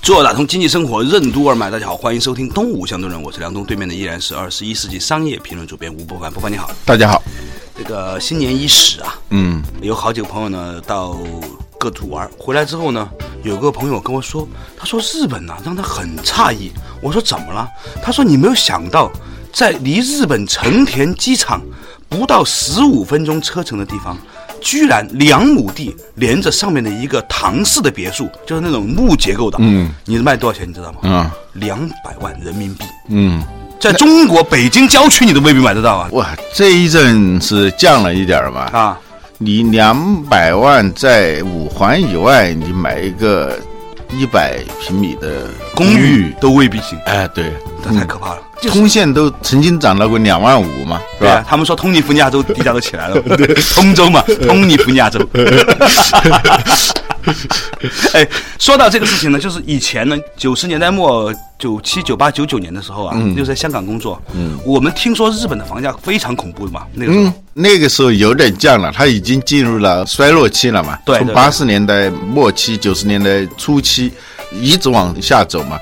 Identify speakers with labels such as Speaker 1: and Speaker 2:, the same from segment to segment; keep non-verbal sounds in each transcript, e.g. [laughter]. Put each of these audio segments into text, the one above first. Speaker 1: 做打通经济生活任督二脉，大家好，欢迎收听《东吴相对论》，我是梁东，对面的依然是二十一世纪商业评论主编吴伯凡，伯凡你好。
Speaker 2: 大家好，
Speaker 1: 这个新年伊始啊，
Speaker 2: 嗯，
Speaker 1: 有好几个朋友呢到各处玩，回来之后呢，有个朋友跟我说，他说日本呐、让他很诧异。我说怎么了？他说你没有想到，在离日本成田机场不到十五分钟车程的地方。居然两亩地连着上面的一个唐式的别墅，就是那种木结构的。嗯，你卖多少钱？你知道吗？
Speaker 2: 嗯，
Speaker 1: 两百万人民币。
Speaker 2: 嗯，
Speaker 1: 在中国北京郊区，你都未必买得到啊！
Speaker 2: 哇，这一阵是降了一点儿吧？
Speaker 1: 啊，
Speaker 2: 你两百万在五环以外，你买一个一百平米的
Speaker 1: 公寓，都未必行，
Speaker 2: 哎，对，
Speaker 1: 这太可怕了。
Speaker 2: 通县都曾经涨到过两万五嘛，是
Speaker 1: 对啊
Speaker 2: 吧？，
Speaker 1: 他们说通尼福尼亚州地价都起来了， [laughs] 通州嘛，通尼福尼亚州。 [laughs] 哎，说到这个事情呢，就是以前呢，九十年代末、九七、九八、九九年的时候啊，就在香港工作，嗯，我们听说日本的房价非常恐怖的嘛，那个时候，
Speaker 2: 嗯，那个时候有点降了，它已经进入了衰落期了嘛。
Speaker 1: 对对
Speaker 2: 从八十年代末期、九十年代初期一直往下走嘛。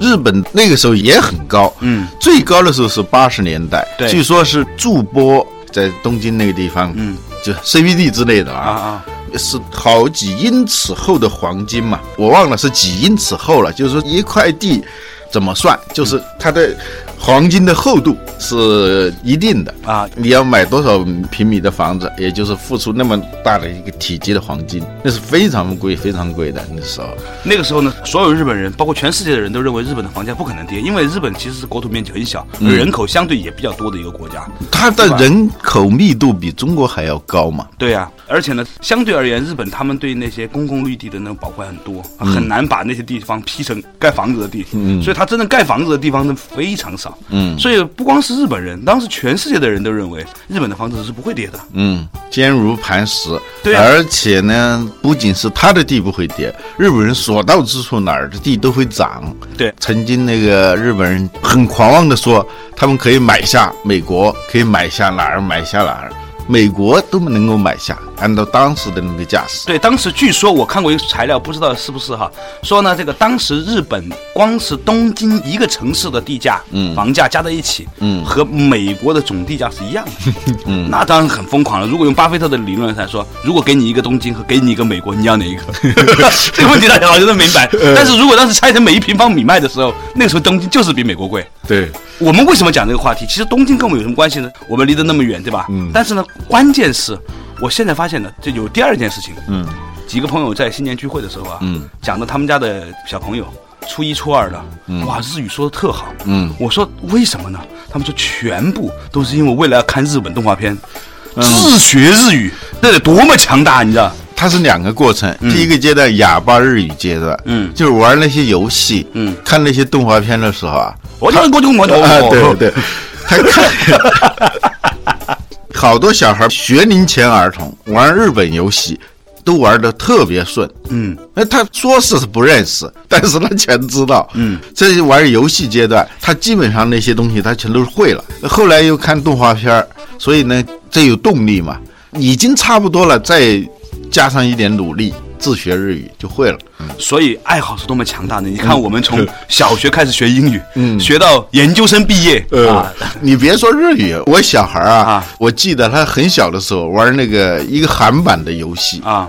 Speaker 2: 日本那个时候也很高，
Speaker 1: 嗯，
Speaker 2: 最高的时候是八十年代，
Speaker 1: 对
Speaker 2: 据说是筑波在东京那个地方，
Speaker 1: 嗯，
Speaker 2: 就 CBD 之类的
Speaker 1: 啊
Speaker 2: 啊，
Speaker 1: 啊，
Speaker 2: 是好几英尺厚的黄金嘛，我忘了是几英尺厚了，就是说一块地怎么算，就是它的黄金的厚度是一定的
Speaker 1: 啊
Speaker 2: 你要买多少平米的房子，也就是付出那么大的一个体积的黄金，那是非常贵、非常贵的那时候。
Speaker 1: 那个时候呢，所有日本人，包括全世界的人都认为日本的房价不可能跌，因为日本其实是国土面积很小，人口相对也比较多的一个国家。
Speaker 2: 它的人口密度比中国还要高嘛？
Speaker 1: 对呀、而且呢，相对而言，日本他们对那些公共绿地的那种保护很多，很难把那些地方批成盖房子的地，所以他真正盖房子的地方呢非常少。
Speaker 2: 嗯
Speaker 1: 所以不光是日本人，当时全世界的人都认为日本的房子是不会跌的。
Speaker 2: 嗯，坚如磐石。
Speaker 1: 对啊
Speaker 2: 而且呢，不仅是他的地不会跌，日本人所到之处哪儿的地都会涨。
Speaker 1: 对
Speaker 2: 曾经那个日本人很狂妄的说，他们可以买下美国，可以买下哪儿，买下哪儿，美国都不能够买下，按照当时的那个架势。
Speaker 1: 对，当时据说我看过一个材料，不知道是不是哈，说呢，这个当时日本光是东京一个城市的地价、嗯、房价加在一起，嗯，和美国的总地价是一样的， [laughs] 嗯，那当然很疯狂了。如果用巴菲特的理论来说，如果给你一个东京和给你一个美国，你要哪 [laughs] 一个？这个问题大家好像都明 [laughs] 白。但是如果当时拆成每一平方米卖的时候，那个时候东京就是比美国贵，
Speaker 2: 对，
Speaker 1: 我们为什么讲这个话题？其实东京跟我们有什么关系呢？我们离得那么远，对吧？嗯。但是呢，关键是，我现在发现呢，就有第二件事情。嗯。几个朋友在新年聚会的时候啊，嗯，讲到他们家的小朋友，初一、初二的，嗯、哇，日语说的特好。嗯。我说为什么呢？他们说全部都是因为为了要看日本动画片，自学日语，那得多么强大，你知道？
Speaker 2: 它是两个过程，第一个阶段哑巴日语阶段，
Speaker 1: 嗯
Speaker 2: 就是玩那些游戏，
Speaker 1: 嗯
Speaker 2: 看那些动画片的时候啊，
Speaker 1: 我就我就我就
Speaker 2: 啊，对对，他看
Speaker 1: [laughs]
Speaker 2: 好多小孩学龄前儿童玩日本游戏，都玩的特别顺。
Speaker 1: 嗯，
Speaker 2: 那他说是不认识，但是他全知道。
Speaker 1: 嗯，
Speaker 2: 这玩游戏阶段，他基本上那些东西他全都会了。后来又看动画片儿，所以呢，这有动力嘛，已经差不多了，再加上一点努力，自学日语就会了。
Speaker 1: 所以爱好是多么强大的！你看，我们从小学开始学英语，嗯，学到研究生毕业、啊，
Speaker 2: 呃你别说日
Speaker 1: [laughs]
Speaker 2: 语，我小孩儿啊，
Speaker 1: 啊
Speaker 2: 我记得他很小的时候玩那个一个韩版的游戏，
Speaker 1: [laughs] 啊，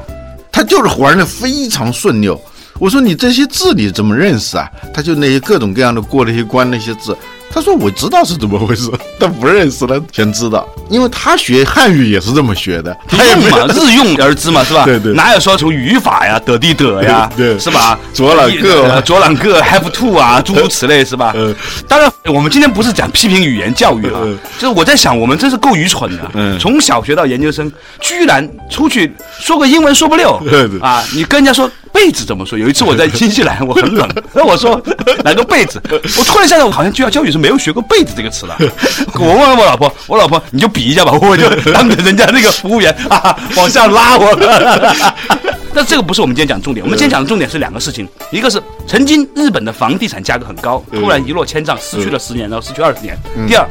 Speaker 2: 他就是玩的非常顺溜。我说你这些字你怎么认识啊？他就那些各种各样的过那些关那些字，他说我知道是怎么回事，他不认识了全知道，因为他学汉语也是这么学的，他也
Speaker 1: 用
Speaker 2: 没
Speaker 1: 嘛，
Speaker 2: 有
Speaker 1: 日用而知嘛，是吧？
Speaker 2: 对对
Speaker 1: 哪有说从语法呀、得地得
Speaker 2: [laughs]
Speaker 1: 呀，
Speaker 2: 对对
Speaker 1: 是吧？
Speaker 2: 左朗个
Speaker 1: 呃左朗个 have to 啊，诸如此类，是吧？
Speaker 2: 嗯
Speaker 1: 当然，我们今天不是讲批评语言教育啊，
Speaker 2: 嗯
Speaker 1: 就是我在想，我们真是够愚蠢的，
Speaker 2: 嗯
Speaker 1: 从小学到研究生，居然出去说个英文说不溜，
Speaker 2: 对对
Speaker 1: 啊，你跟人家说被子怎么说？有一次我在新西兰，我很冷，然后我说来个被子，我突然想到，我好像就要教育是没有学过被子这个词的。我问我老婆，我老婆你就比一下吧，我就当着人家那个服务员啊往下拉我。 [laughs] 但这个不是我们今天讲的重点，我们今天讲的重点是两个事情，一个是曾经日本的房地产价格很高，突然一落千丈，失去了十年，然后失去二十年。第二。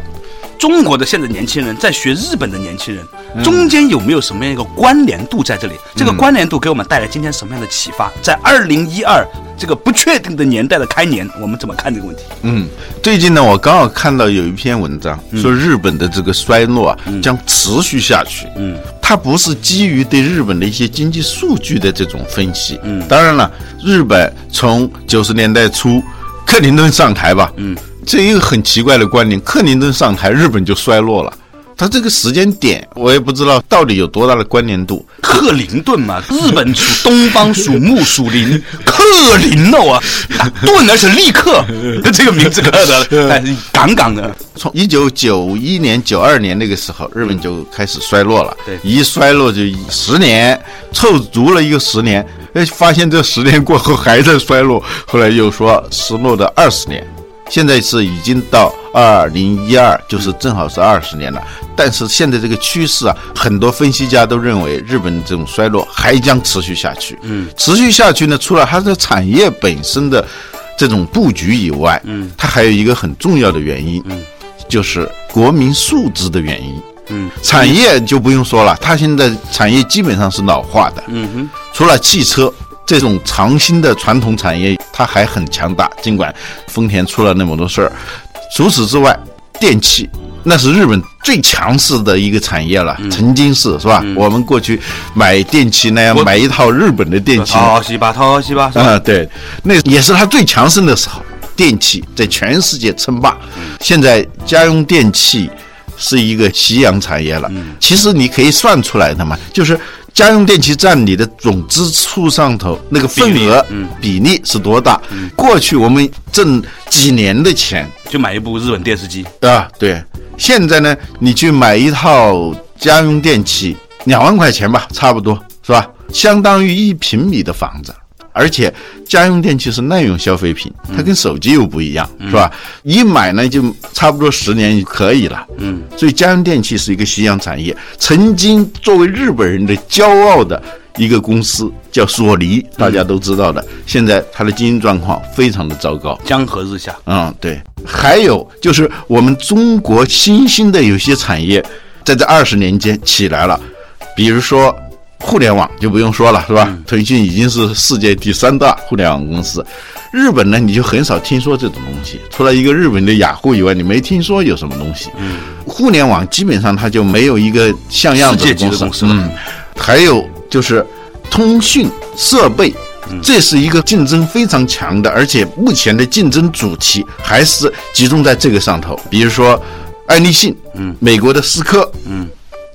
Speaker 1: 中国的现在年轻人在学日本的年轻人，中间有没有什么样一个关联度在这里？这个关联度给我们带来今天什么样的启发？在二零一二这个不确定的年代的开年，我们怎么看这个问题？
Speaker 2: 嗯，最近呢，我刚好看到有一篇文章，说日本的这个衰落啊、将持续下去。
Speaker 1: 嗯，
Speaker 2: 它不是基于对日本的一些经济数据的这种分析。嗯，当然了，日本从九十年代初克林顿上台吧，嗯，这一个很奇怪的观点，克林顿上台，日本就衰落了。它这个时间点，我也不知道到底有多大的关联度。
Speaker 1: 克林顿 [laughs] 嘛，日本属东方，属木，属 [laughs] 林，克林了我，啊顿而且立 [laughs] 刻，这个名字刻 [laughs] 的，哎，杠杠的。
Speaker 2: 从一九九一年、九二年那个时候，日本就开始衰落了。
Speaker 1: 对
Speaker 2: 一衰落就十年，凑足了一个十年，哎，发现这十年过后还在衰落，后来又说失落的二十年，现在是已经到二零一二，就是正好是二十年了。但是现在这个趋势啊，很多分析家都认为日本这种衰落还将持续下去。嗯，持续下去呢，除了它的产业本身的这种布局以外，嗯，它还有一个很重要的原因，嗯。就是国民素质的原因。嗯，产业就不用说了，它现在产业基本上是老化的。嗯哼，除了汽车这种长新的传统产业，它还很强大，尽管丰田出了那么多事儿。除此之外，电器那是日本最强势的一个产业了，曾经是是吧？我们过去买电器呢，要买一套日本的电器，
Speaker 1: 淘哦西吧，淘西吧，是吧
Speaker 2: 啊、对，那也是它最强盛的时候，电器在全世界称霸。
Speaker 1: 嗯
Speaker 2: 现在家用电器是一个夕阳产业了。
Speaker 1: 嗯
Speaker 2: 其实你可以算出来的嘛，就是家用电器占你的总支出上头那个份额
Speaker 1: 嗯
Speaker 2: 比例是多大？过去我们挣几年的钱
Speaker 1: 就买一部日本电视机，
Speaker 2: 啊，对。现在呢，你去买一套家用电器，两万块钱吧，差不多是吧？相当于一平米的房子。而且家用电器是耐用消费品，它跟手机又不一样，是吧？一买呢就差不多十年就可以了。嗯，所以家用电器是一个夕阳产业，曾经作为日本人的骄傲的一个公司叫索尼，大家都知道的。现在它的经营状况非常的糟糕。
Speaker 1: 江河日下。
Speaker 2: 嗯，对。还有就是我们中国新兴的有些产业，在这二十年间起来了，比如说互联网就不用说了，是吧？
Speaker 1: 嗯
Speaker 2: 腾讯已经是世界第三大互联网公司。日本呢，你就很少听说这种东西，除了一个日本的雅虎以外，你没听说有什么东西。
Speaker 1: 嗯
Speaker 2: 互联网基本上它就没有一个像样子
Speaker 1: 世界级的公司了
Speaker 2: 嗯，还有就是通讯设备，这是一个竞争非常强的，而且目前的竞争主题还是集中在这个上头。比如说，爱立信，嗯，美国的思科，嗯，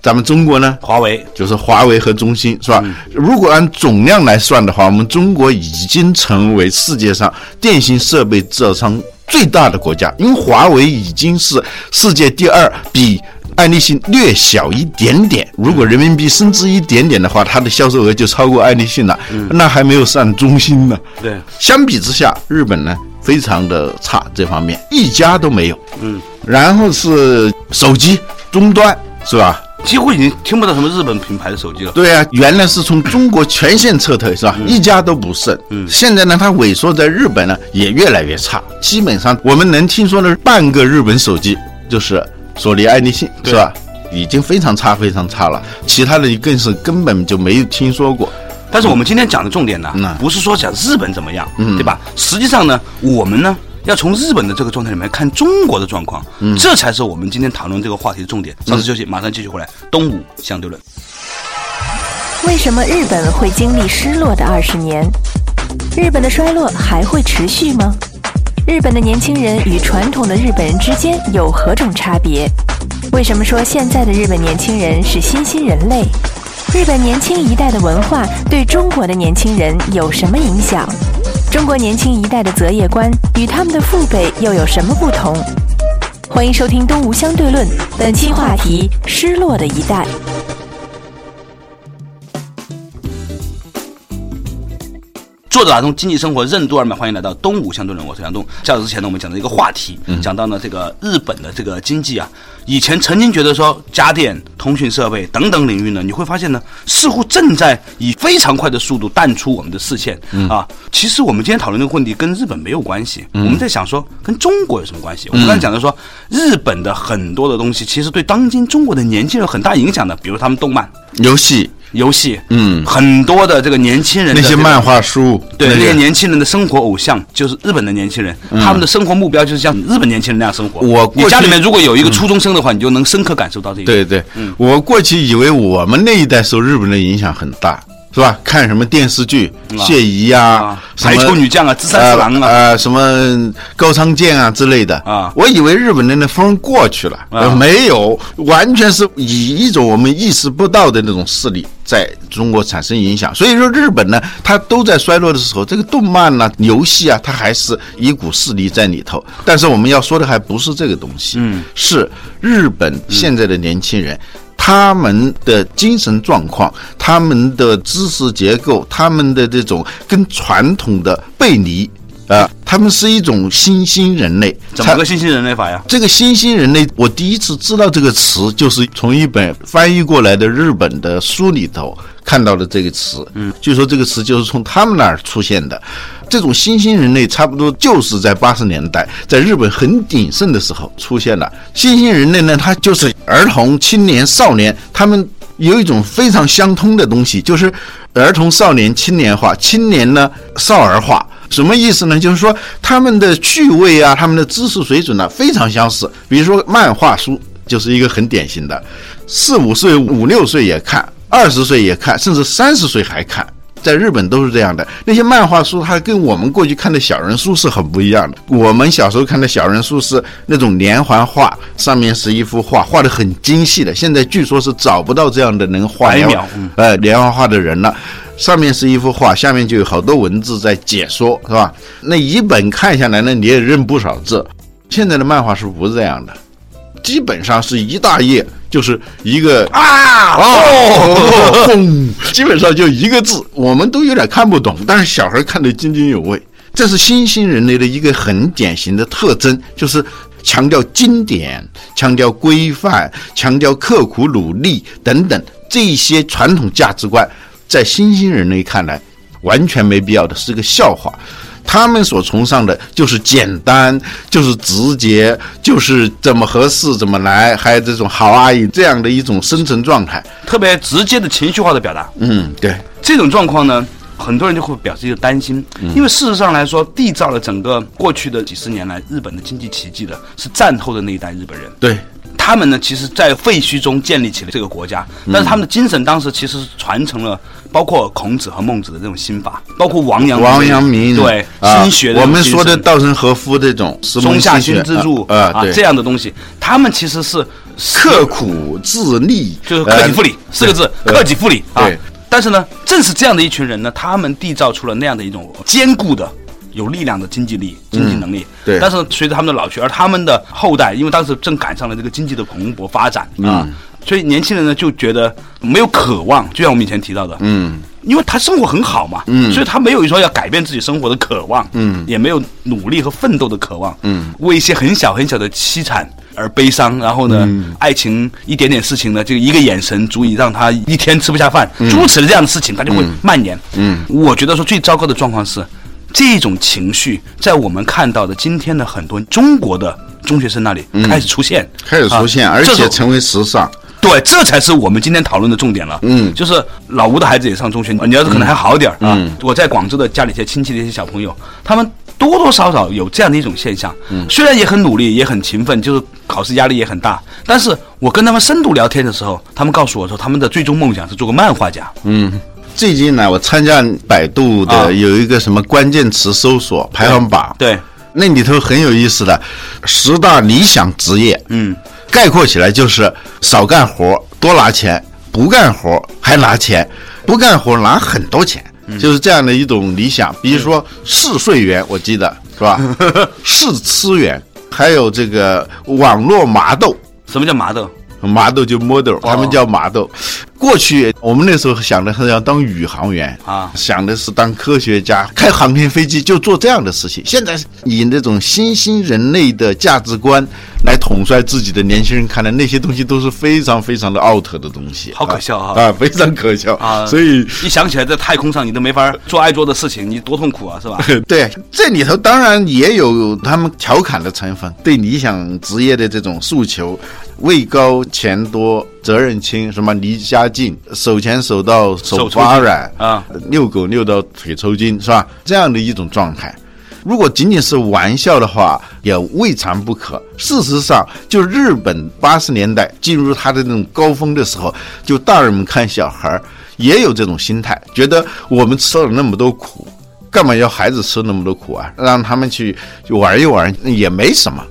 Speaker 2: 咱们中国呢，
Speaker 1: 华为
Speaker 2: 就是华为和中兴，是吧？如果按总量来算的话，我们中国已经成为世界上电信设备制造商最大的国家，因为华为已经是世界第二，比爱立信略小一点点。如果人民币升值一点点的话，它的销售额就超过爱立信了，那还没有上中兴呢。
Speaker 1: 对，
Speaker 2: 相比之下，日本呢非常的差这方面，一家都没有。嗯，然后是手机终端，是吧？
Speaker 1: 几乎已经听不到什么日本品牌的手机了。
Speaker 2: 对啊，原来是从中国全线撤退是吧？
Speaker 1: 嗯
Speaker 2: 一家都不剩。嗯，现在呢，它萎缩在日本呢也越来越差，基本上我们能听说的半个日本手机就是索尼、爱立信是吧？已经非常差，非常差了。其他的更是根本就没有听说过。
Speaker 1: 但是我们今天讲的重点呢，
Speaker 2: 嗯
Speaker 1: 不是说讲日本怎么样，对吧？实际上呢，我们呢。要从日本的这个状态里面看中国的状况，这才是我们今天谈论这个话题的重点。稍事休息，马上继续回来。东吴相对论，
Speaker 3: 为什么日本会经历失落的二十年？日本的衰落还会持续吗？日本的年轻人与传统的日本人之间有何种差别？为什么说现在的日本年轻人是新兴人类？日本年轻一代的文化对中国的年轻人有什么影响？中国年轻一代的择业观与他们的父辈又有什么不同？欢迎收听《东吴相对论》，本期话题：失落的一代。
Speaker 1: 坐着打通经济生活任督二脉，欢迎来到东吴相对论，我是杨东。下周之前呢，我们讲了一个话题，
Speaker 2: 嗯
Speaker 1: 讲到呢这个日本的这个经济啊，以前曾经觉得说家电、通讯设备等等领域呢，你会发现呢，似乎正在以非常快的速度淡出我们的视线、
Speaker 2: 嗯
Speaker 1: 啊。其实我们今天讨论这个问题跟日本没有关系，我们在想说跟中国有什么关系？我们刚才
Speaker 2: 嗯
Speaker 1: 讲的说，日本的很多的东西其实对当今中国的年轻人有很大影响的，比如他们动漫。
Speaker 2: 游戏
Speaker 1: 游戏，
Speaker 2: 嗯
Speaker 1: 很多的这个年轻人的
Speaker 2: 那些
Speaker 1: 这个
Speaker 2: 漫画书，
Speaker 1: 对那
Speaker 2: 那
Speaker 1: 些
Speaker 2: 些
Speaker 1: 年轻人的生活偶像就是日本的年轻人，他们的生活目标就是像日本年轻人那样生活。
Speaker 2: 我
Speaker 1: 你
Speaker 2: 过
Speaker 1: 家
Speaker 2: 去嗯
Speaker 1: 里面如果有一个初中生的话，你就能深刻感受到这一嗯点。
Speaker 2: 对对，我过去以为我们那一代受日本的影响很大，是吧？看什么电视剧，谢姨啊
Speaker 1: 啊，
Speaker 2: 什么
Speaker 1: 排球女将啊织山四郎啊
Speaker 2: 呃呃什么高仓健啊之类的
Speaker 1: 啊
Speaker 2: 我以为日本人的风过去了，呃没有，完全是以一种我们意识不到的那种势力。在中国产生影响，所以说日本呢，它都在衰落的时候，这个动漫呐、游戏啊，它还是一股势力在里头。但是我们要说的还不是这个东西，嗯，是日本现在的年轻人。他们的精神状况、他们的知识结构、他们的这种跟传统的背离，啊、他们是一种新兴人类。
Speaker 1: 怎么
Speaker 2: 他
Speaker 1: 个新兴人类法呀？
Speaker 2: 这个新兴人类，我第一次知道这个词，就是从一本翻译过来的日本的书里头看到的这个词。嗯，据说这个词就是从他们那儿出现的。这种新兴人类差不多就是在八十年代，在日本很鼎盛的时候出现了。新兴人类呢，它就是儿童、青年、少年，他们有一种非常相通的东西，就是儿童、少年、青年化，青年呢少儿化。什么意思呢？就是说他们的趣味啊，他们的知识水准呢、非常相似。比如说漫画书就是一个很典型的，四五岁、五六岁也看，二十岁也看，甚至三十岁还看。在日本都是这样的，那些漫画书它跟我们过去看的小人书是很不一样的。我们小时候看的小人书是那种连环画，上面是一幅画，画的很精细的。现在据说是找不到这样的能画
Speaker 1: 白
Speaker 2: 连
Speaker 1: 描嗯
Speaker 2: 呃连环画的人了。上面是一幅画，下面就有好多文字在解说，是吧？那一本看下来呢，你也认不少字。现在的漫画是不是这样的？基本上是一大页，就是一个啊哦，嘣，基本上就一个字，我们都有点看不懂，但是小孩看得津津有味。这是新兴人类的一个很典型的特征，就是强调经典、强调规范、强调刻苦努力等等这些传统价值观，在新兴人类看来完全没必要的，是个笑话。他们所崇尚的就是简单，就是直接，就是怎么合适怎么来，还有这种好阿姨这样的一种生存状态。
Speaker 1: 特别直接的情绪化的表达。
Speaker 2: 嗯，对，
Speaker 1: 这种状况呢，很多人就会表示一个担心，
Speaker 2: 嗯
Speaker 1: 因为事实上来说，缔造了整个过去的几十年来日本的经济奇迹的是战后的那一代日本人。
Speaker 2: 对，
Speaker 1: 他们呢，其实，在废墟中建立起了这个国家，
Speaker 2: 嗯
Speaker 1: 但是他们的精神当时其实是传承了包括孔子和孟子的这种心法，包括王阳
Speaker 2: 王阳明
Speaker 1: 对、
Speaker 2: 啊
Speaker 1: 心学的这
Speaker 2: 我
Speaker 1: 种
Speaker 2: 们
Speaker 1: 精
Speaker 2: 说的
Speaker 1: 神
Speaker 2: 稻盛和夫这种石门
Speaker 1: 松下
Speaker 2: 心学
Speaker 1: 幸之助
Speaker 2: 啊啊，对，
Speaker 1: 这样的东西，他们其实是
Speaker 2: 刻苦自立，
Speaker 1: 就是克己复礼、
Speaker 2: 呃
Speaker 1: 四个字，
Speaker 2: 对
Speaker 1: 克己复礼啊
Speaker 2: 对。
Speaker 1: 但是呢，正是这样的一群人呢，他们缔造出了那样的一种坚固的、有力量的经济力、经济能力。
Speaker 2: 嗯对
Speaker 1: 但是呢随着他们的老去，而他们的后代，因为当时正赶上了这个经济的蓬勃发展啊，
Speaker 2: 嗯
Speaker 1: 所以年轻人呢就觉得没有渴望，就像我们以前提到的，嗯。因为他生活很好嘛，嗯，所以他没有说要改变自己生活的渴望，嗯，也没有努力和奋斗的渴望，嗯，为一些很小很小的凄惨而悲伤，然后呢，爱情一点点事情呢，就一个眼神足以让他一天吃不下饭，诸如此类这样的事情，他就会蔓延。嗯，我觉得说最糟糕的状况是，这种情绪在我们看到的今天的很多中国的中学生那里开始出现，
Speaker 2: 开始出现，
Speaker 1: 啊
Speaker 2: 而
Speaker 1: 这
Speaker 2: 且
Speaker 1: 是
Speaker 2: 成为时尚。
Speaker 1: 对，这才是我们今天讨论的重点了。嗯，就是老吴的孩子也上中学，呃你要是可能还好点儿、啊。我在广州的家里一些亲戚的一些小朋友，他们多多少少有这样的一种现象。嗯，虽然也很努力，也很勤奋，就是考试压力也很大，但是我跟他们深度聊天的时候，他们告诉我说，他们的最终梦想是做个漫画家。
Speaker 2: 最近呢，我参加百度
Speaker 1: 啊
Speaker 2: 的有一个什么关键词搜索排行榜，
Speaker 1: 对
Speaker 2: 那里头很有意思的十大理想职业，
Speaker 1: 嗯，
Speaker 2: 概括起来就是少干活多拿钱，不干活还拿钱，不干活拿很多钱，就是这样的一种理想。比如说试睡员，我记得是吧？试吃员，还有这个网络麻豆，
Speaker 1: 什么叫麻豆？哦
Speaker 2: 麻豆就 model，他们叫麻豆。过去我们那时候想的是要当宇航员
Speaker 1: 啊
Speaker 2: 想的是当科学家，开航天飞机就做这样的事情。现在以那种新兴人类的价值观来统帅自己的年轻人，看来那些东西都是非常非常的 out 的东西，
Speaker 1: 好可笑哈
Speaker 2: 啊，非常可笑
Speaker 1: 啊，
Speaker 2: 所以
Speaker 1: 一想起来在太空上你都没法做爱做的事情，你多痛苦啊，是吧？
Speaker 2: [laughs] 对，这里头当然也有他们调侃的成分，对理想职业的这种诉求，位高钱多，责任轻，什么离家近，手牵手到手发软
Speaker 1: 抽筋啊，
Speaker 2: 呃遛狗遛到腿抽筋，是吧？这样的一种状态。如果仅仅是玩笑的话，也未尝不可。事实上，就日本八十年代进入它的那种高峰的时候，就大人们看小孩儿也有这种心态，觉得我们吃了那么多苦，干嘛要孩子吃那么多苦啊？让他们去玩一玩也没什么。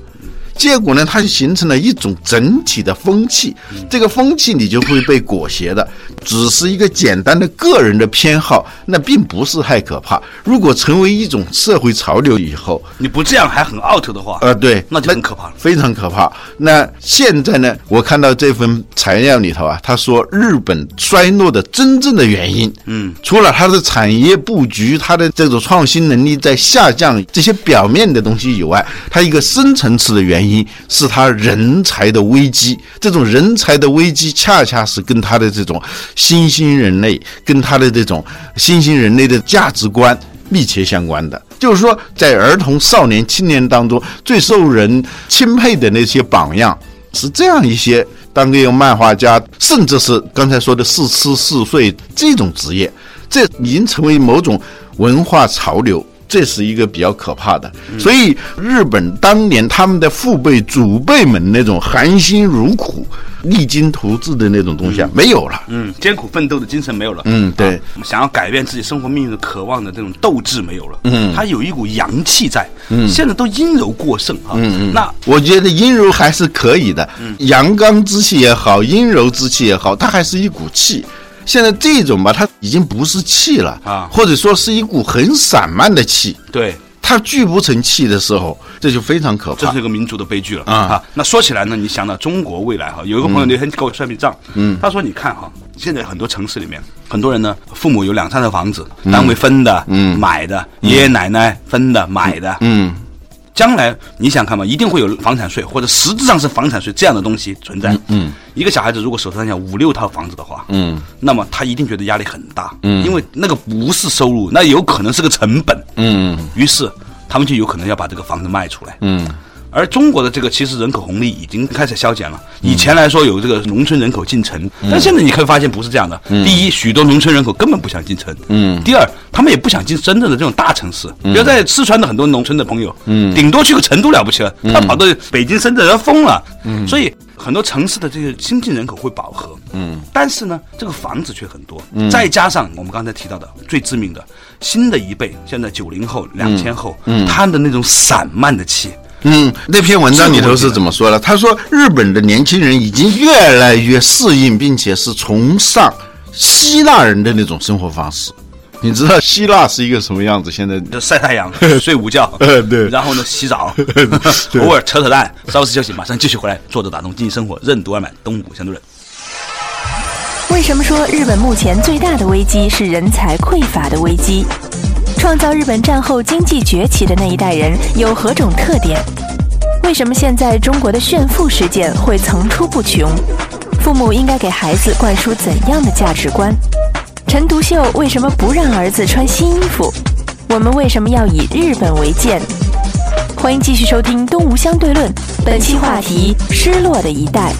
Speaker 2: 结果呢，它就形成了一种整体的风气，这个风气你就会被裹挟的，只是一个简单的个人的偏好，那并不是太可怕。如果成为一种社会潮流以后，
Speaker 1: 你不这样还很 out 的话，
Speaker 2: 呃，对，
Speaker 1: 啊那就很可怕了
Speaker 2: 非常可怕。那现在呢，我看到这份材料里头啊，他说日本衰落的真正的原因，嗯，除了它的产业布局、它的这种创新能力在下降这些表面的东西以外，它一个深层次的原因是它人才的危机。这种人才的危机，恰恰是跟它的这种新兴人类、跟它的这种新兴人类的价值观密切相关的。就是说，在儿童、少年、青年当中，最受人钦佩的那些榜样，是这样一些当个漫画家，甚至是刚才说的是吃是睡这种职业，这已经成为某种文化潮流。这是一个比较可怕的，所以日本当年他们的父辈、祖辈们那种含辛茹苦、励精图治的那种东西啊，没有了。
Speaker 1: 嗯，艰苦奋斗的精神没有了，
Speaker 2: 嗯对
Speaker 1: 啊想要改变自己生活命运的渴望的这种斗志没有了，嗯，他有一股阳气在，嗯，现在都阴柔过盛啊，嗯嗯，那
Speaker 2: 我觉得阴柔还是可以的，
Speaker 1: 嗯
Speaker 2: 阳刚之气也好，阴柔之气也好，它还是一股气。现在这种吧，它已经不是气了
Speaker 1: 啊
Speaker 2: 或者说是一股很散漫的气。
Speaker 1: 对，
Speaker 2: 它聚不成气的时候，这就非常可
Speaker 1: 这
Speaker 2: 怕
Speaker 1: 是一个民族的悲剧了
Speaker 2: 啊
Speaker 1: 那说起来呢，你想到中国未来哈，有一个朋友那天给我算笔账，嗯，他说你看哈，现在很多城市里面，很多人呢，父母有两三套房子，单位分的，嗯，买的，爷爷奶奶分的，买的，嗯。将来你想看嘛，一定会有房产税，或者实质上是房产税这样的东西存在。嗯，一个小孩子如果手头上有五六套房子的话，嗯，那么他一定觉得压力很大，嗯，因为那个不是收入，那有可能是个成本，嗯，于是他们就有可能要把这个房子卖出来，嗯，而中国的这个其实人口红利已经开始消减了。以前来说有这个农村人口进城，但现在你可以发现不是这样的。第一，许多农村人口根本不想进城。嗯。第二，他们也不想进真正的这种大城市。比如在四川的很多农村的朋友，嗯，顶多去个成都了不起了，他跑到北京、深圳人疯了。嗯。所以很多城市的这个新进人口会饱和。嗯。但是呢，这个房子却很多。嗯。再加上我们刚才提到的最致命的新的一辈，现在九零后、两千后，嗯，他们的那种散漫的气。
Speaker 2: 嗯，那篇文章里头是怎么说的？他说，日本的年轻人已经越来越适应，并且是崇尚希腊人的那种生活方式。你知道希腊是一个什么样子？现在
Speaker 1: 就晒太阳、睡午觉，
Speaker 2: 呃对
Speaker 1: 然后呢洗澡， [laughs] 偶尔扯扯淡，稍事休息，马上继续回来，坐着打通经济生活，任督二脉，东吴相对论。
Speaker 3: 为什么说日本目前最大的危机是人才匮乏的危机？创造日本战后经济崛起的那一代人有何种特点？为什么现在中国的炫富事件会层出不穷？父母应该给孩子灌输怎样的价值观？陈独秀为什么不让儿子穿新衣服？我们为什么要以日本为鉴？欢迎继续收听《东吴相对论》，本期话题：失落的一代。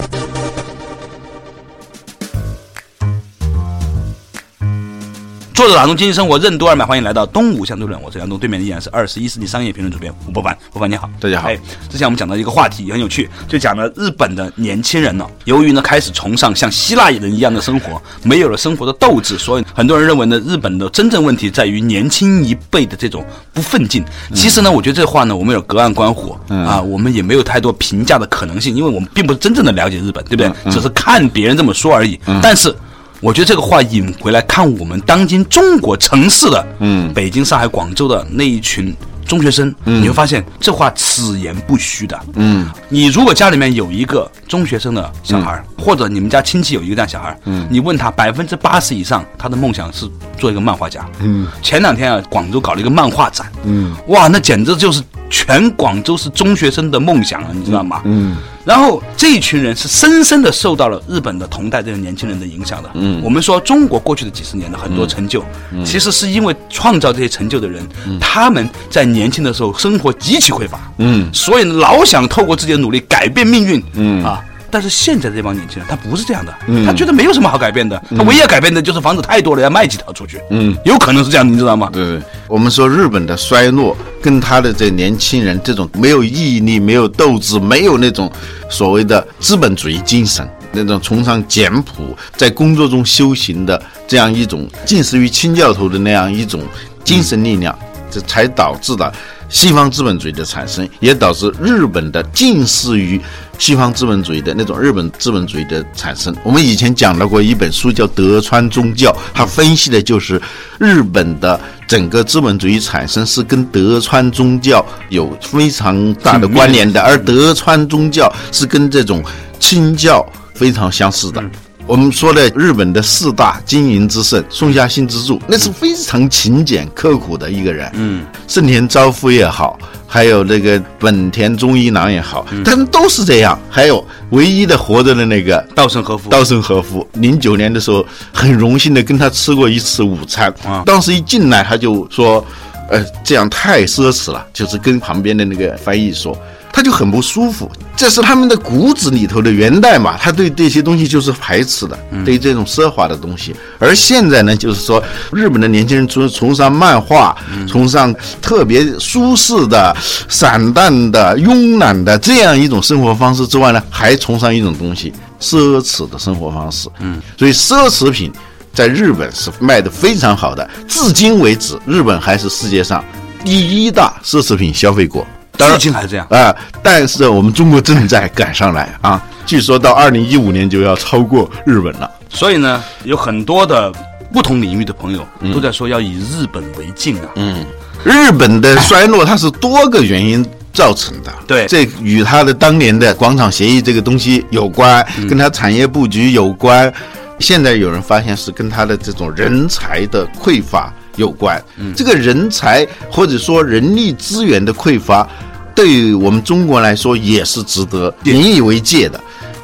Speaker 1: 坐着打通经济生活，任督二脉，欢迎来到东吴相对论，我是梁东，对面的依然是二十一世纪商业评论主编吴伯凡，吴伯凡你好，
Speaker 2: 大家好
Speaker 1: 哎，之前我们讲到一个话题也很有趣，就讲了日本的年轻人呢、由于呢开始崇尚像希腊人一样的生活，没有了生活的斗志，所以很多人认为呢，日本的真正问题在于年轻一辈的这种不奋进。
Speaker 2: 嗯
Speaker 1: 其实呢，我觉得这话呢，我们有点隔岸观火、啊，我们也没有太多评价的可能性，因为我们并不是真正的了解日本，对不对？
Speaker 2: 嗯
Speaker 1: 只是看别人这么说而已。但是。我觉得这个话引回来看我们当今中国城市的，嗯，北京、上海、广州的那一群中学生，你会发现这话此言不虚的。嗯，你如果家里面有一个中学生的小孩儿，或者你们家亲戚有一个这样小孩儿，你问他百分之八十以上，他的梦想是做一个漫画家。嗯，前两天啊，广州搞了一个漫画展。嗯，哇，那简直就是全广州市中学生的梦想啊，你知道吗？嗯。然后这一群人是深深的受到了日本的同代这个年轻人的影响的。嗯，我们说中国过去的几十年的很多成就，其实是因为创造这些成就的人，他们在年轻的时候生活极其匮乏，嗯，所以呢老想透过自己的努力改变命运，嗯啊。但是现在这帮年轻人，他不是这样的，他觉得没有什么好改变的，他唯一要改变的就是房子太多了，要卖几套出去，嗯，有可能是这样的，你知道吗？
Speaker 2: 对对，我们说日本的衰落跟他的这年轻人这种没有毅力、没有斗志、没有那种所谓的资本主义精神，那种崇尚简朴，在工作中修行的这样一种近似于清教徒的那样一种精神力量，这才导致了西方资本主义的产生，也导致日本的近似于西方资本主义的那种日本资本主义的产生。我们以前讲到过一本书叫《德川宗教》，它分析的就是日本的整个资本主义产生是跟德川宗教有非常大的关联的，而德川宗教是跟这种清教非常相似的。我们说的日本的四大经营之圣松下幸之助，那是非常勤俭刻苦的一个人。嗯，盛田昭夫也好，还有那个本田忠一郎也好，他们都是这样。还有唯一的活着的那个
Speaker 1: 稻盛和夫，
Speaker 2: 稻盛和夫，零九年的时候，很荣幸的跟他吃过一次午餐。当时一进来他就说：“呃，这样太奢侈了。”就是跟旁边的那个翻译说，他就很不舒服。这是他们的骨子里头的元代嘛，他对这些东西就是排斥的，对这种奢华的东西。而现在呢，就是说日本的年轻人崇崇尚漫画，崇尚特别舒适的、散淡的、慵懒的这样一种生活方式之外呢，还崇尚一种东西——奢侈的生活方式。嗯，所以奢侈品在日本是卖的非常好的，至今为止，日本还是世界上第一大奢侈品消费国。当
Speaker 1: 至
Speaker 2: 然。
Speaker 1: 今还是这样。
Speaker 2: 啊、但是我们中国正在赶上来啊，据说到二零一五年就要超过日本了。
Speaker 1: 所以呢，有很多的不同领域的朋友
Speaker 2: 嗯
Speaker 1: 都在说要以日本为镜啊。嗯，
Speaker 2: 日本的衰落它是多个原因。造成的，
Speaker 1: 对
Speaker 2: 这与它的当年的广场协议这个东西有关，
Speaker 1: 嗯
Speaker 2: 跟它产业布局有关。现在有人发现是跟它的这种人才的匮乏有关。
Speaker 1: 嗯
Speaker 2: 这个人才或者说人力资源的匮乏，对于我们中国来说也是值得引以为戒的，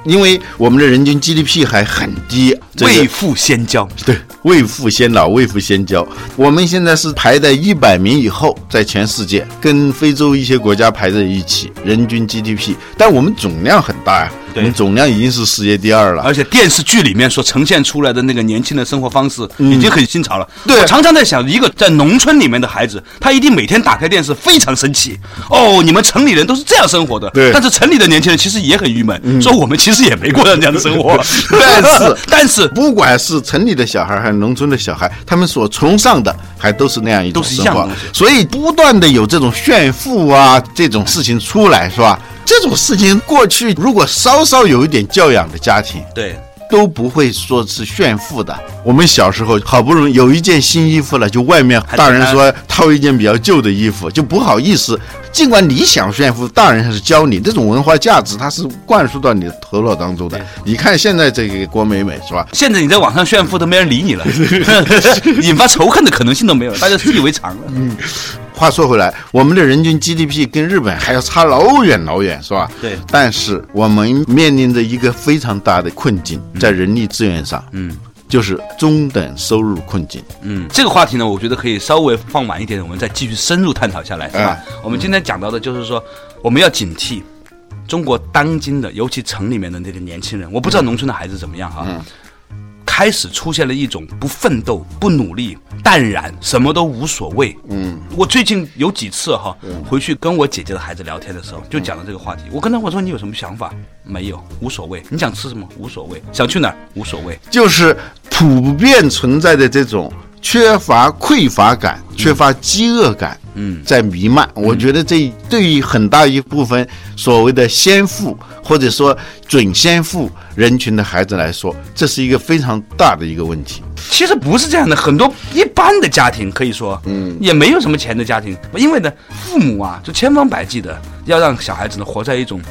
Speaker 2: 因为我们的人均 GDP 还很低，这个啊
Speaker 1: 未富先骄。
Speaker 2: [laughs] 对，未富先老，未富先骄。我们现在是排在一百名以后，在全世界跟非洲一些国家排在一起，人均 GDP，但我们总量很大呀、我们总量已经是世界第二了。
Speaker 1: 而且电视剧里面所呈现出来的那个年轻的生活方式，已经很新潮了。
Speaker 2: 嗯对啊
Speaker 1: 我常常在想，一个在农村里面的孩子，他一定每天打开电视非常生气。哦，你们城里人都是这样生活的。
Speaker 2: 对嗯
Speaker 1: 但是城里的年轻人其实也很郁闷，说我们其实也没过上这样的生活。
Speaker 2: [laughs] 但是
Speaker 1: [laughs] 但是
Speaker 2: 不管是城里的小孩还是农村的小孩，他们所崇尚的还都是那样一种
Speaker 1: 都是一
Speaker 2: 生
Speaker 1: 样的
Speaker 2: 活
Speaker 1: 东西，
Speaker 2: 所以不断的有这种炫富啊这种事情出来，是吧？这种事情过去如果稍稍有一点教养的家庭，
Speaker 1: 对，
Speaker 2: 都不会说是炫富的。我们小时候好不容易有一件新衣服了，就外面大人说套一件比较旧的衣服，就不好意思。尽管你想炫富，大人还是教你这种文化价值，它是灌输到你的头脑当中的。你看现在这个郭美美是吧？
Speaker 1: 现在你在网上炫富都没人理你了， [laughs] 引发仇恨的可能性都没有了，大家习以为常了。
Speaker 2: 话说回来，我们的人均 GDP 跟日本还要差老远老远，是吧？
Speaker 1: 对
Speaker 2: 但是我们面临着一个非常大的困境，在人力资源上，嗯，就是中等收入困境。
Speaker 1: 嗯，这个话题呢，我觉得可以稍微放晚一点，我们再继续深入探讨下来，是吧？我们今天讲到的就是说，我们要警惕中国当今的，尤其城里面的那个年轻人，我不知道农村的孩子怎么样哈、开始出现了一种不奋斗、不努力、淡然，什么都无所谓。嗯，我最近有几次哈，回去跟我姐姐的孩子聊天的时候，就讲到这个话题。我跟他我说你有什么想法？没有，无所谓。你想吃什么？无所谓。想去哪儿？无所谓。
Speaker 2: 就是普遍存在的这种缺乏匮乏感、缺乏饥饿感，嗯，在弥漫。我觉得这对于很大一部分所谓的先富或者说准先富人群的孩子来说，这是一个非常大的一个问题。
Speaker 1: 其实不是这样的，很多一般的家庭可以说，嗯，也没有什么钱的家庭，因为呢，父母啊，就千方百计的要让小孩子呢活在一种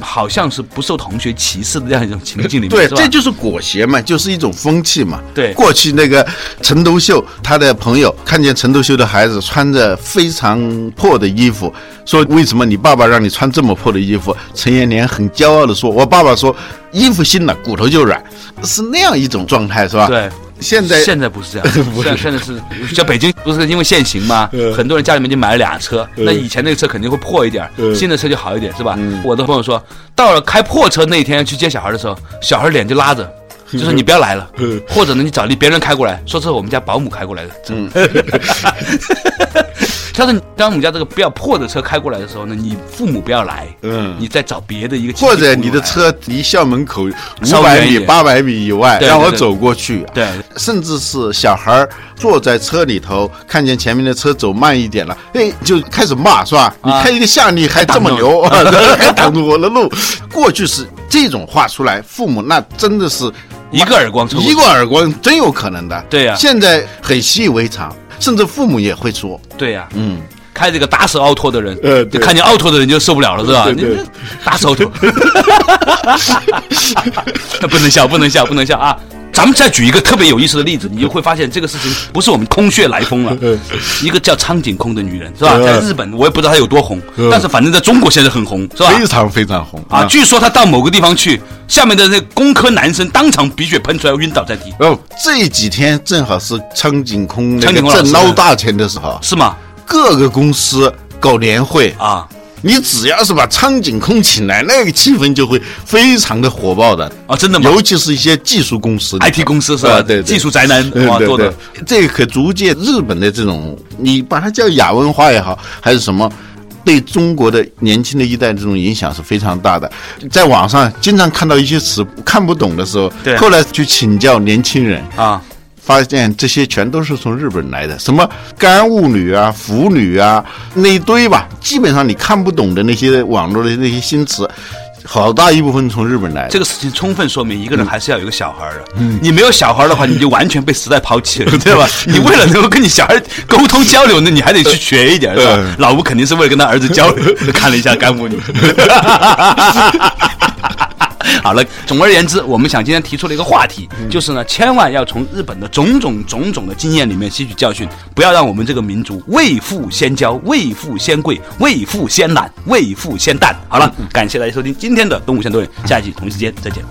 Speaker 1: 好像是不受同学歧视的这样一种情境里面，
Speaker 2: 对，
Speaker 1: 是吧
Speaker 2: 这就是裹挟嘛，就是一种风气嘛。
Speaker 1: 对
Speaker 2: 过去那个陈独秀，他的朋友看见陈独秀的孩子穿着非常破的衣服，说为什么你爸爸让你穿这么破的衣服？陈延年很骄傲的说：“我爸爸说，衣服新了，骨头就软。”是那样一种状态，是吧？。
Speaker 1: 对。
Speaker 2: 现在
Speaker 1: 现在不是
Speaker 2: [laughs]
Speaker 1: 这样，现在现在是像北京不是因为限行嘛，
Speaker 2: 嗯
Speaker 1: 很多人家里面就买了俩车，那以前那个车肯定会破一点儿，
Speaker 2: 嗯
Speaker 1: 新的车就好一点，是吧？我的朋友说，到了开破车那一天去接小孩的时候，小孩脸就拉着。
Speaker 2: 嗯
Speaker 1: 就说你不要来了，或者呢，你找别人开过来，说是我们家保姆开过来的。
Speaker 2: 嗯
Speaker 1: [laughs] 他说，当我们家这个比较破的车开过来的时候呢，你父母不要来，
Speaker 2: 嗯
Speaker 1: 你再找别的一个亲戚
Speaker 2: 或者
Speaker 1: 朋友
Speaker 2: 你的
Speaker 1: 来
Speaker 2: 车离校门口
Speaker 1: 稍
Speaker 2: 五百
Speaker 1: 远一
Speaker 2: 米、
Speaker 1: 点
Speaker 2: 八百米以外，
Speaker 1: 对对
Speaker 2: 让我
Speaker 1: 对
Speaker 2: 走过去。
Speaker 1: 对
Speaker 2: 甚至是小孩儿坐在车里头，看见前面的车走慢一点了，哎，就开始骂，是
Speaker 1: 啊
Speaker 2: 吧？你开一个夏利还这么
Speaker 1: [laughs]
Speaker 2: 牛， [laughs] 还挡住我的路。过去是这种话出来，父母那真的是
Speaker 1: 一个耳光抽过去
Speaker 2: 一个耳光真有可能的。
Speaker 1: 对呀
Speaker 2: 现在很习以为常，甚至父母也会说，
Speaker 1: 对呀、
Speaker 2: 嗯，
Speaker 1: 开这个打死奥拓的人，
Speaker 2: 呃
Speaker 1: 就
Speaker 2: 对
Speaker 1: 看见奥拓的人就受不了了，是吧？
Speaker 2: 对对
Speaker 1: 你打死奥拓， [laughs] 不能笑，不能笑，不能笑啊！咱们再举一个特别有意思的例子，你就会发现这个事情不是我们空穴来
Speaker 2: [laughs]
Speaker 1: 风了。
Speaker 2: 嗯
Speaker 1: 一个叫苍井空的女人是吧？
Speaker 2: 呃
Speaker 1: 在日本我也不知道她有多红，
Speaker 2: 嗯
Speaker 1: 但是反正在中国现在很红是吧？
Speaker 2: 非常非常红
Speaker 1: 啊，据说她到某个地方去，下面的那工科男生当场鼻血喷出来，晕倒在地，
Speaker 2: 哦，这几天正好是苍井空那
Speaker 1: 苍
Speaker 2: 个
Speaker 1: 井空老
Speaker 2: 挣
Speaker 1: 师
Speaker 2: 捞大钱的时候，
Speaker 1: 是吗？
Speaker 2: 各个公司搞年会，
Speaker 1: 啊，
Speaker 2: 你只要是把苍井空请来，那个气氛就会非常的火爆的
Speaker 1: 啊真的吗
Speaker 2: 尤其是一些技术公司
Speaker 1: IT 公司是吧
Speaker 2: 啊对对
Speaker 1: 技术宅男
Speaker 2: 对
Speaker 1: 哇
Speaker 2: 对
Speaker 1: 多的
Speaker 2: 对这个可足见日本的这种，你把它叫亚文化也好，还是什么。对中国的年轻的一代这种影响是非常大的，在网上经常看到一些词看不懂的时候
Speaker 1: 对，
Speaker 2: 后来去请教年轻人，
Speaker 1: 啊，
Speaker 2: 发现这些全都是从日本来的，什么干物女啊、腐女啊那一堆吧，基本上你看不懂的那些网络的那些新词，好大一部分从日本来的。
Speaker 1: 这个事情充分说明一个人还是要有一个小孩儿的。你没有小孩儿的话，你就完全被时代抛弃了，对吧？ [laughs] 你为了能够跟你小孩儿沟通交流呢，你还得去学一点，是吧？
Speaker 2: 嗯
Speaker 1: 老吴肯定是为了跟他儿子交流，看了一下干物女。 [laughs] 好了，总而言之，我们想今天提出了一个话题，就是呢，千万要从日本的种种种种的经验里面吸取教训，不要让我们这个民族未富先骄、未富先贵、未富先懒、未富先淡。好了，感谢大家收听今天的《东吴相对论》，下一集同一时间再见。